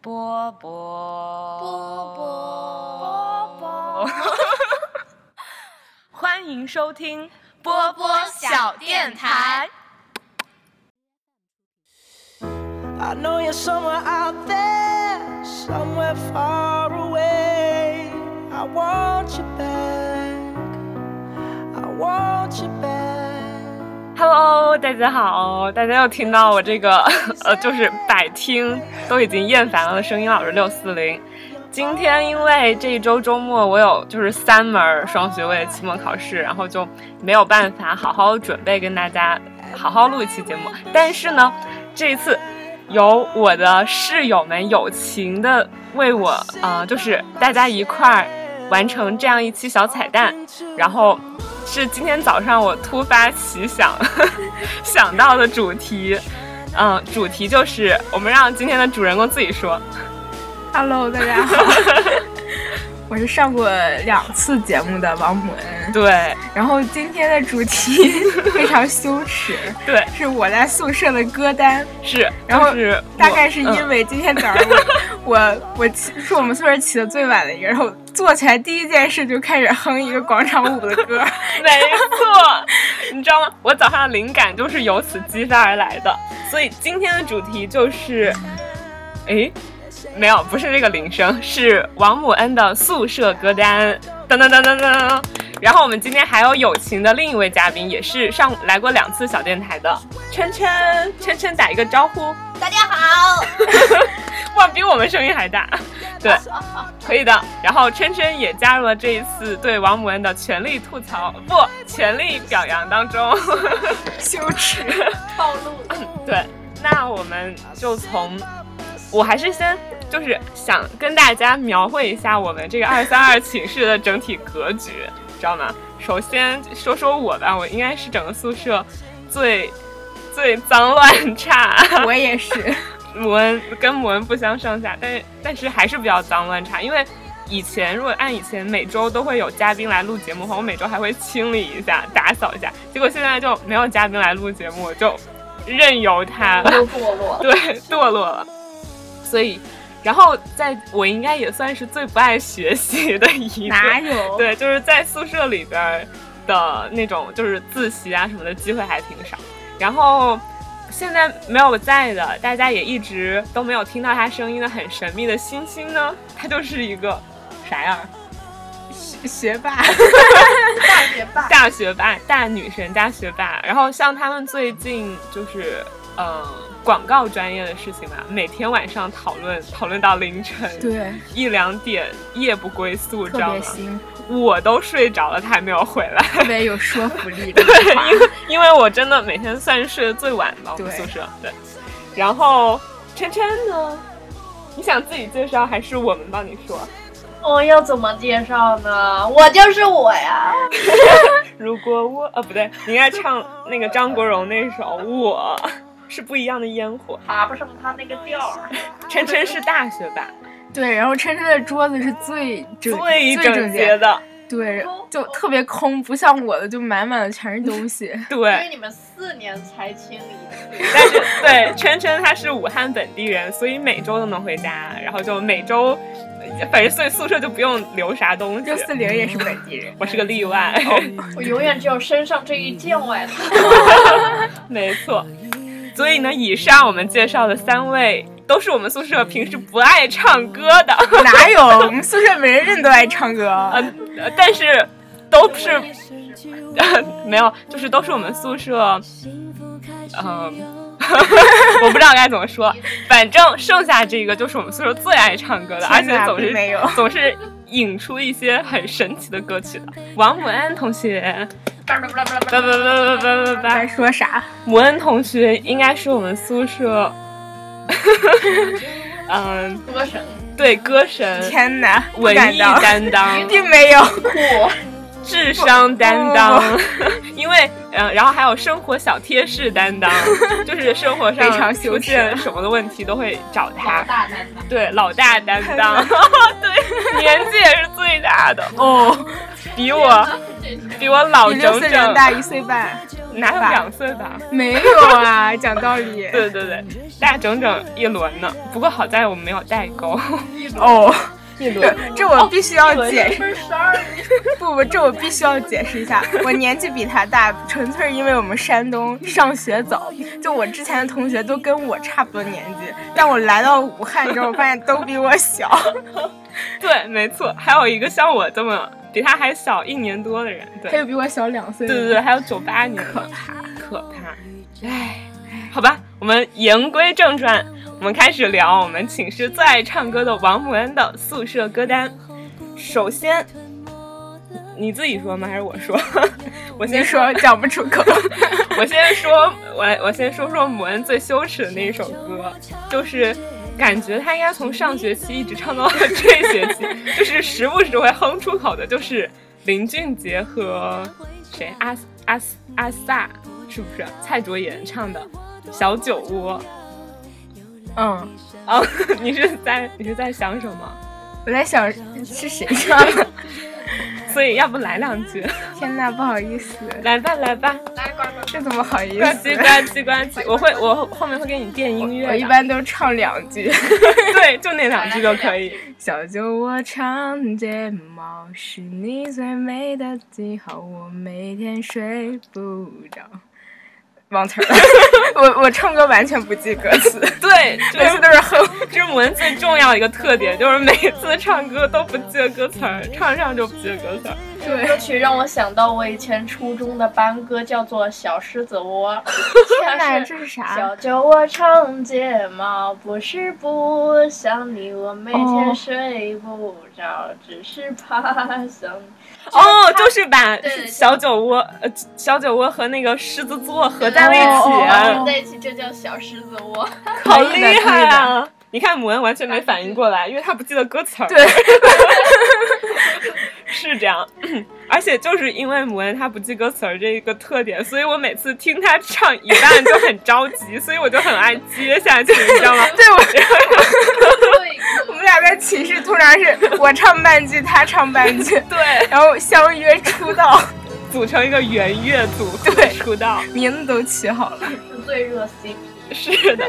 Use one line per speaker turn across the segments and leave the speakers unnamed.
波波
波
波
波
波，欢迎收听
波波小电台。
I know you're somewhere out there, somewhere far away. I want you back. I want you back.
Hello，大家好，大家又听到我这个 呃，就是百听都已经厌烦了的声音老师六四零。今天因为这一周周末我有就是三门双学位的期末考试，然后就没有办法好好准备跟大家好好录一期节目。但是呢，这一次由我的室友们友情的为我啊、呃就是大家一块儿完成这样一期小彩蛋，然后是今天早上我突发奇想 想到的主题，嗯、主题就是我们让今天的主人公自己说，
Hello，大家好， 我是上过两次节目的王母恩。
对
然后今天的主题 非常羞耻，
对，
是我在宿舍的歌单。
是，
然后
就是
大概是
为
因为今天早上 我、我我起是我们宿舍起的最晚的一个，然后坐起来第一件事就开始哼一个广场舞的歌。
没错，你知道吗？我早上的灵感就是由此激发而来的，所以今天的主题就是，诶，没有，不是这个铃声，是王母恩的宿舍歌单，噔噔噔噔噔。然后我们今天还有友情的另一位嘉宾，也是上来过两次小电台的琛琛，琛琛打一个招呼，
大家好，
哇，比我们声音还大， 对，可以的。然后琛琛也加入了这一次对王母恩的全力吐槽，不，全力表扬当中。 嗯
羞耻，
暴露了。
对，那我们就从，我还是先就是想跟大家描绘一下我们这个二三二寝室的整体格局，知道吗？首先说说我吧，我应该是整个宿舍最最脏乱差，
我也是。
母恩跟母恩不相上下，但是但是还是比较脏乱差，因为。以前如果按以前每周都会有嘉宾来录节目的话，我每周还会清理一下、打扫一下。结果现在就没有嘉宾来录节目，我就任由他
又堕落。
对，堕落了。所以，然后在我应该也算是最不爱学习的一个，
哪有？
对，就是在宿舍里边儿的那种，就是自习啊什么的机会还挺少。然后现在没有在的，大家也一直都没有听到他声音的很神秘的星星呢，他就是一个啥样儿？
学霸，
大学霸，
大学霸、大女神、大学霸。然后像他们最近就是，嗯、广告专业的事情嘛，每天晚上讨论，讨论到凌晨
对，
一两点，夜不归宿，知
特
道
别
吗？
辛苦，
我都睡着了，他还没有回来。
特别有说服力 的一句话。
因为我真的每天算是睡得最晚吧，我们
对
宿舍对。然后琛琛呢？你想自己介绍还是我们帮你说？
我要怎么介绍呢？我就是我呀，
如果我呃不对，你应该唱那个张国荣那首《我是不一样的烟火
爬不上他那个调儿。》。
琛琛是大学霸，
对，然后琛琛的桌子是最整
最整洁
洁，
的，
对，就特别空，不像我的就满满的全是 东西。
因为
对。
你们四年才清理一次，
但是对琛琛他是武汉本地人，所以每周都能回家，然后就每周，反正所以宿舍就不用留啥东西
六。四零也是本地 人，
我是个例外。
我永远只有身上这一件外套。
没错。所以呢，以上我们介绍的三位都是我们宿舍平时不爱唱歌的，
哪有？我们宿舍每个人都爱唱歌，
嗯，呃但是都是
我也是
没有，就是都是我们宿舍，嗯， 我不知道该怎么说，反正剩下这个就是我们宿舍最爱唱歌的，而
天
且
哪
总是
并没有
总是引出一些很神奇的歌曲的。王母安同 学，
叭叭叭叭
叭叭
叭
叭叭叭叭叭
该，说啥？
母恩同学应该是我们宿舍， 嗯，
歌神，
对，歌神、
天哪，不
呃文
敢
艺
当，
担当、
并没有。
智商担当，
哦
因为嗯、呃然后还有生活小贴士担当，就是生活
非
上
常
出
羞
现
耻
什么的问题都会找他
老。大男的。
对，老大担当，对，年纪也是最大的哦，比我比我老
比六
整
四零
整
大一岁半，
哪有两岁吧？
没有啊，讲道理。
对对对，大整整一轮呢。不过好在我们没有代沟。
哦，
一
这
轮
这我必须
哦
要解释。
分十二
不不，这我必须要解释一下，我年纪比他大，纯粹是因为我们山东上学早，就我之前的同学都跟我差不多年纪，但我来到武汉之后，发现都比我小。
对，没错。还有一个像我这么比他还小一年多的人，对
还有比我小两岁。
对对对，还有九八年，可怕可怕。唉，好吧，我们言归正传，我们开始聊我们寝室最爱唱歌的王母恩的宿舍歌单。首先，你自己说吗？还是我说？ 我
你
先
说讲不出口，
我先说，我我先说说母恩最羞耻的那一首歌，就是感觉他应该从上学期一直唱到了这学期，就是时不时会哼出口的，就是林俊杰和谁阿阿阿萨是不是蔡卓妍唱的《小酒窝
嗯。》
啊？ 你是在你是在想什么？
我在想是谁唱的？
所以要不来两句？
天呐，不好意思，
来吧来吧，
这怎么好意
呱
思
唧？呱唧呱唧，我会我后后面会给你垫音乐的，
我一般都唱两句。
对就那两句就可以。
小酒窝长睫毛是你最美的记号，我每天睡不着。 忘词儿了， 我我唱歌完全不记歌 词，
对，
每
这
次都是哼。
这是母恩最重要的一个特点，就是每次唱歌都不记得歌词儿，唱上就不记得歌词儿。
这歌曲让我想到我以前初中的班歌，叫做《小狮子窝》。
天
它是
呐，这是啥？
小酒窝长睫毛，不是不想你，我每天睡不着，只是怕想你。
哦，就是把
对对
小酒窝、呃小酒窝和那个狮子座合在了一
哦哦
起，
哦
在一起就叫小狮子窝。
好
可以的
厉害
可
啊！你看母恩完全没反应过来，因为她不记得歌词儿。
对，
是这样。 而且就是因为母恩她不记歌词儿这一个特点，所以我每次听她唱一半就很着急，所以我就很爱接下去，你知道 吗？
对，我
对，
我们俩在寝室通常是 我唱半句，他唱半句，
对，
然后相约出道，
组成一个圆乐组合出道。
名字都起好了。
是最热 CP。
是的。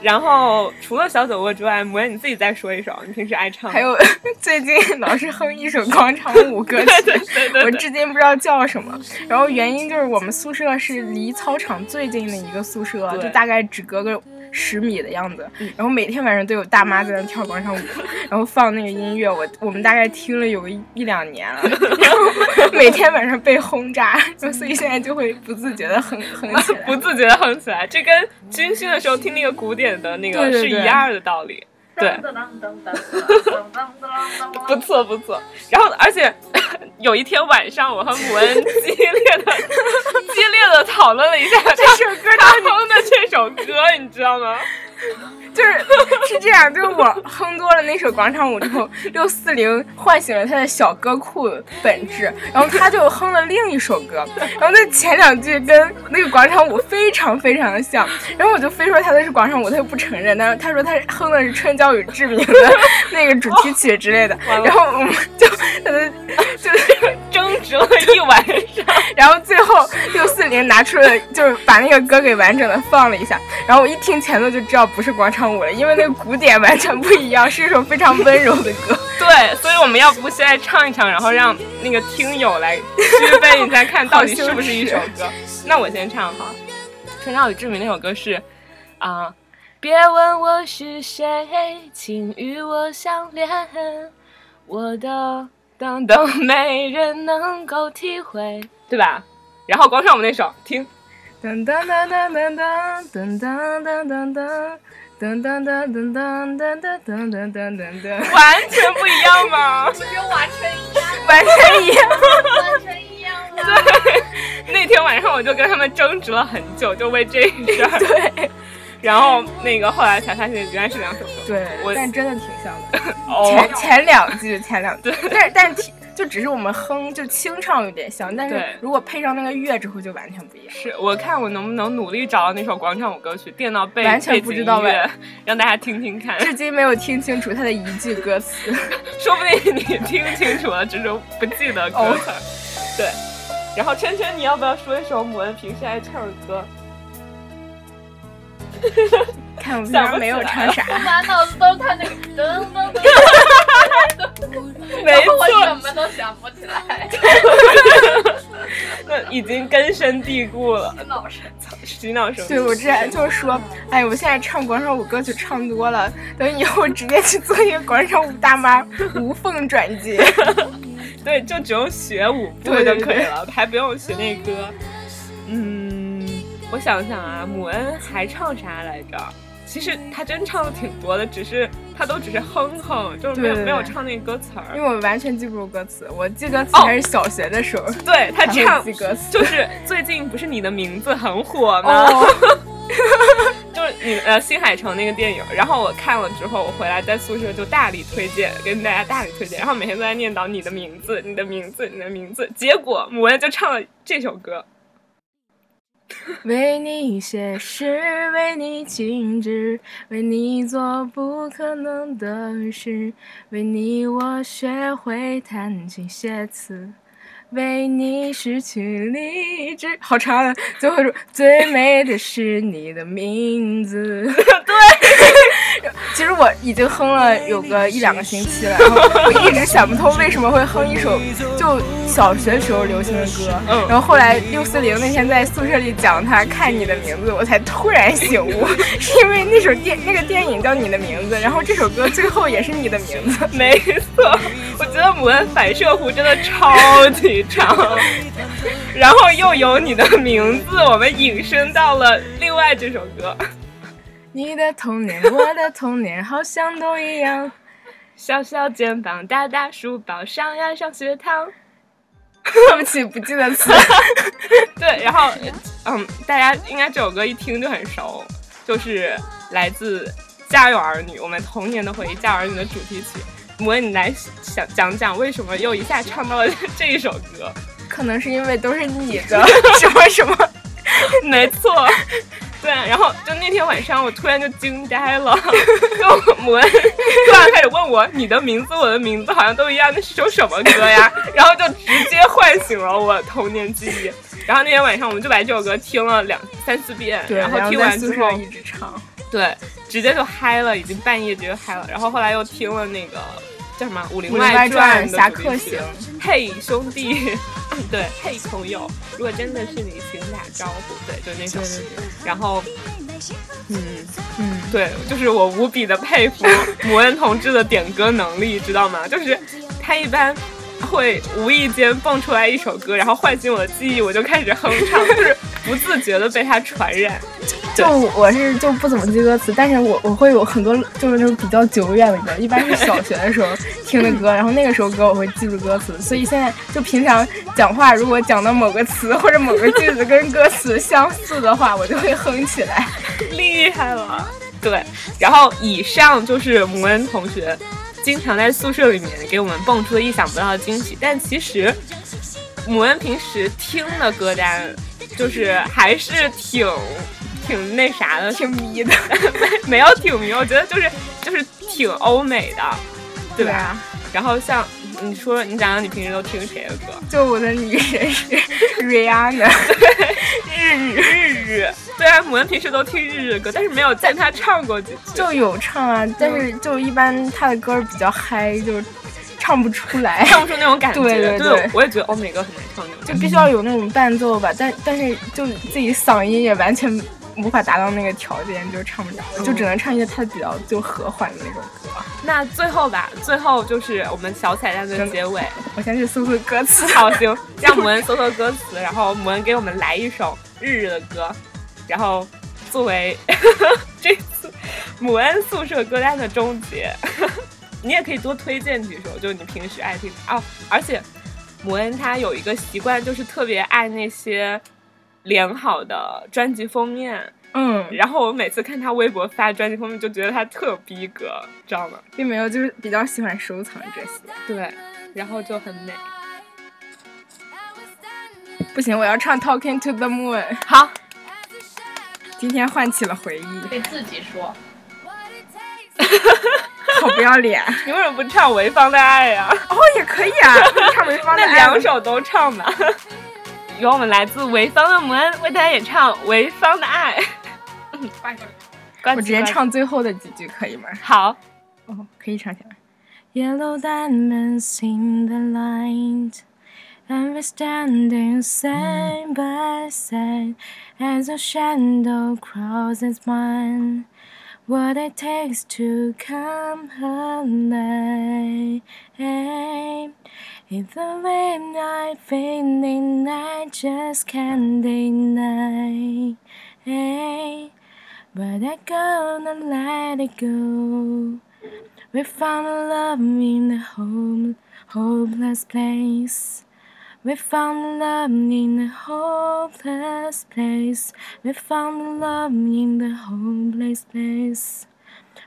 然后除了小酒窝之外，母恩你自己再说一首，你平时爱唱的。
还有最近老是哼一首广场舞歌 曲，
对对对
我至今不知道叫什么。然后原因就是我们宿舍是离操场最近的一个宿舍，
对嗯
就大概只隔个十米的样子。然后每天晚上都有大妈在那跳广场舞，然后放那个音乐，我我们大概听了有个一一两年 了，然后每天晚上被轰炸，就所以现在就会不自觉的哼哼起来。
不自觉的哼起来，这跟军训的时候听那个古典的那个
对对
是一
对
样的道理。对
噔噔噔噔噔噔噔
不
噔
错不错。然后而且 有一天晚上，我和母恩激烈的 激烈的讨论了一下这首歌，他哼的这首歌，你知道吗？
就是是这样，就是我哼多了那首广场舞之后，六四零唤醒了他的小歌库本质，然后他就哼了另一首歌，然后那前两句跟那个广场舞非常非常的像，然后我就非说他的是广场舞，他又不承认，但是他说他哼的是《春娇与志明》的那个主题曲之类的，
完了
然后我们就他的就是。
争执了一晚上。
然后最后六四零拿出了，就是把那个歌给完整的放了一下，然后我一听前奏就知道不是广场舞了，因为那个鼓点完全不一样，是一首非常温柔的歌。
对，所以我们要不现在唱一唱，然后让那个听友来区分一下，看到底是不是一首歌。那我先唱哈，《春娇与志明》那首歌是啊、别问我是谁，请与我相恋，我的等等没人能够体会，对吧？然后广场舞那首，听，
噔噔噔噔噔噔噔噔噔噔噔。噔噔噔噔噔噔噔噔噔噔噔噔，
完全不一样嘛。
噔，完全一样，
完全一样。
完全一样啊！
那天晚上我就跟他们争执了很久，就为这一事儿。对。然后那个后来才发现原来是两首歌。
对
我，
但真的挺像的。
哦
前，前两 句，前两句，但是但是就只是我们哼，就清唱有点像，但
对
是如果配上那个乐之后就完全不一样。
是我看我能不能努力找到那首广场舞歌曲，电脑背
完全不知道
背景音乐
哎，
让大家听听看，
至今没有听清楚他的一句歌 词。哦
说不定你听清楚了，只是不记得歌词儿。对，然后晨晨，你要不要说一首母恩平时爱唱的歌？
看我平常没有唱啥，
我满脑子都是他那个噔噔噔，
没
然后我什
错，
么都想不起来，
那已经根深蒂固了。
老师。
洗脑什么？
对我之前就是说，哎，我现在唱广场舞歌曲唱多了，等以后直接去做一个广场舞大妈，无缝转 接。
对，就只用学舞步
对
就
对
可以
对
了，还不用学那歌。嗯，我想想啊，母恩还唱啥来着？其实他真唱的挺多的，只是他都只是哼哼，就是没有
对对对
没有唱那歌词
因为
儿。
我完全记不住歌词，我记歌词
哦
还是小学的时候。
对他
还
唱
会记歌词
就是最近不是你的名字很火吗？
哦，
就是你们呃新海诚那个电影，然后我看了之后，我回来在宿舍就大力推荐，跟大家大力推荐，然后每天都在念叨你的名字，你的名字，你的名字，结果母恩就唱了这首歌。
为你写诗，为你静止，为你做不可能的事，为你我学会弹琴写词，为你失去理智。好长啊！最后说最美的是你的名 字。对，其实我已经哼了有个一两个星期了，然后我一直想不通为什么会哼一首就小学时候流行的歌。
嗯
然后后来六四零那天在宿舍里讲他看你的名字，我才突然醒悟， 是因为那首电那个电影叫《你的名字》，然后这首歌最后也是你的名字。
没错，我觉得母恩反射弧真的超级长， 然后又有你的名字，我们引申到了另外这首歌《
你的童年，我的童年，好像都一样。
小小肩膀，大大书包，上呀上学堂》。
对不起，不记得词。
对，然后嗯，大家应该这首歌一听就很熟，就是来自《家有儿女》，我们童年的回忆《家有儿女》的主题曲。母恩，你来想讲讲为什么又一下唱到了这一首歌？
可能是因为都是你的 什么什么。
没错，对。然后就那天晚上，我突然就惊呆了，就母恩突然开始问我你的名字，我的名字好像都一样，那是首什么歌呀？然后就直接唤醒了我童年记忆。然后那天晚上，我们就把这首歌听了两三四遍，然后听完之后，
一直唱。
对，直接就嗨了，已经半夜直接嗨了。然后后来又听了那个叫什么《武林
武林外
传》
传
的
侠
主题
客
曲
行，
嘿兄弟， 啊对，嘿朋友，如果真的是你，请打招呼，对，就那首
对对
歌。然后，嗯，
嗯，
对，就是我无比的佩 服母恩同志的点歌能力，知道吗？就是他一般。会无意间蹦出来一首歌，然后唤醒我的记忆，我就开始哼唱，就是不自觉的被他传染。对
就我是就不怎么记歌词，但是我我会有很多就是那种比较久远的歌，一般是小学的时候听的歌，然后那个时候歌我会记住歌词，所以现在就平常讲话，如果讲到某个词或者某个句子跟歌词相似的话，我就会哼起来。
厉害了。对，然后以上就是母恩同学经常在宿舍里面给我们蹦出的意想不到的惊喜。但其实，母恩平时听的歌单，就是还是挺挺那啥的，
挺迷的，
没有挺迷，我觉得就是就是挺欧美的，对吧？
啊，
然后像你说，你讲讲你平时都听谁的歌？
就我的女神是 Rihanna，
日日日日，虽然母恩平时都听日日的歌，但是没有见她唱过几句。
就有唱啊，但是就一般她的歌比较嗨，就唱不出来。
唱不出那种感觉。
对对对
我也觉得欧美歌很难唱那种
就
感觉。
必须要有那种伴奏吧，但但是就自己嗓音也完全无法达到那个条件，就唱不了，就只能唱一些它比较就和缓的那种歌。
那最后吧，最后就是我们小彩蛋的结尾。
我先去搜搜歌词。
好，行，让母恩搜搜歌词，然后母恩给我们来一首日日的歌，然后作为 这次母恩宿舍歌单的终结。 你也可以多推荐几首，就是你平时爱听的哦。而且母恩她有一个习惯，就是特别爱那些良好的专辑封面。
嗯，
然后我每次看他微博发专辑封面，就觉得他特有逼格，知道吗？
并没有，就是比较喜欢收藏这些。
对，然后就很美。
不行，我要唱《Talking to the Moon》。
好，
今天唤起了回忆，
给自己说，
好不要脸。
你为什么不唱《潍坊的爱》呀？
哦，也可以啊，唱潍坊的
那
爱
两首都唱吧。由我们来自潍坊的母恩为大家演唱《潍坊的爱》。 关
我
机
直接
关机
唱最后的几句可以吗？
好。
哦，可以唱起来。Yellow diamonds in the light, and we're standing side by side as a shadow crosses mine. What it takes to come alive. It's the way I feeling I just can't deny. But I gonna let it go. We found love in a home, hopeless place. We found love in a hopeless place. We found love in the hopeless place.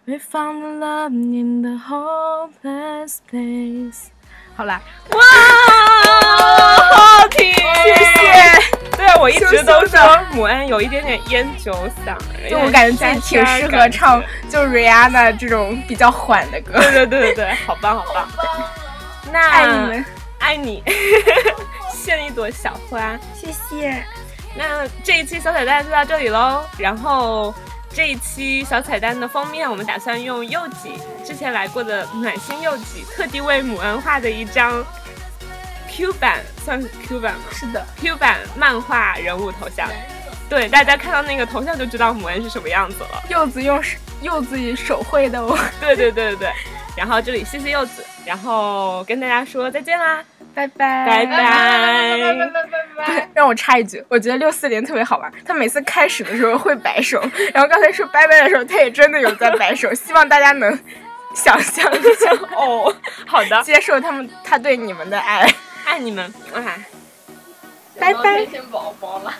We found love in the hopeless place. 好啦，
哇，好听！谢谢。对，我一直都
哦羞羞
说母恩有一点点烟酒嗓，
就我感觉自己挺适合唱
有点加尖儿感觉
就 Rihanna 这种比较缓的歌。
对对对对对，好棒好棒！那
爱你们，
爱你， 献一朵小花。
谢谢。
那这一期小彩蛋就到这里喽。然后这一期小彩蛋的封面，我们打算用柚己之前来过的暖心柚己，特地为母恩画的一张 Q 版，算是 Q 版吗？
是的，
Q 版漫画人物头像。对，大家看到那个头像就知道母恩是什么样子了。
柚子用手柚子手绘的哦我，
对对对对对。然后这里谢谢柚子，然后跟大家说再见啦，
拜拜
拜
拜拜拜拜拜拜。
让我插一句，我觉得六四零特别好玩，他每次开始的时候会摆手，然后刚才说拜拜的时候，他也真的有在摆手，希望大家能想象一下，
哦，好的，
接受他们他对你们的爱。
爱你们，啊。
拜拜
开心宝宝啦。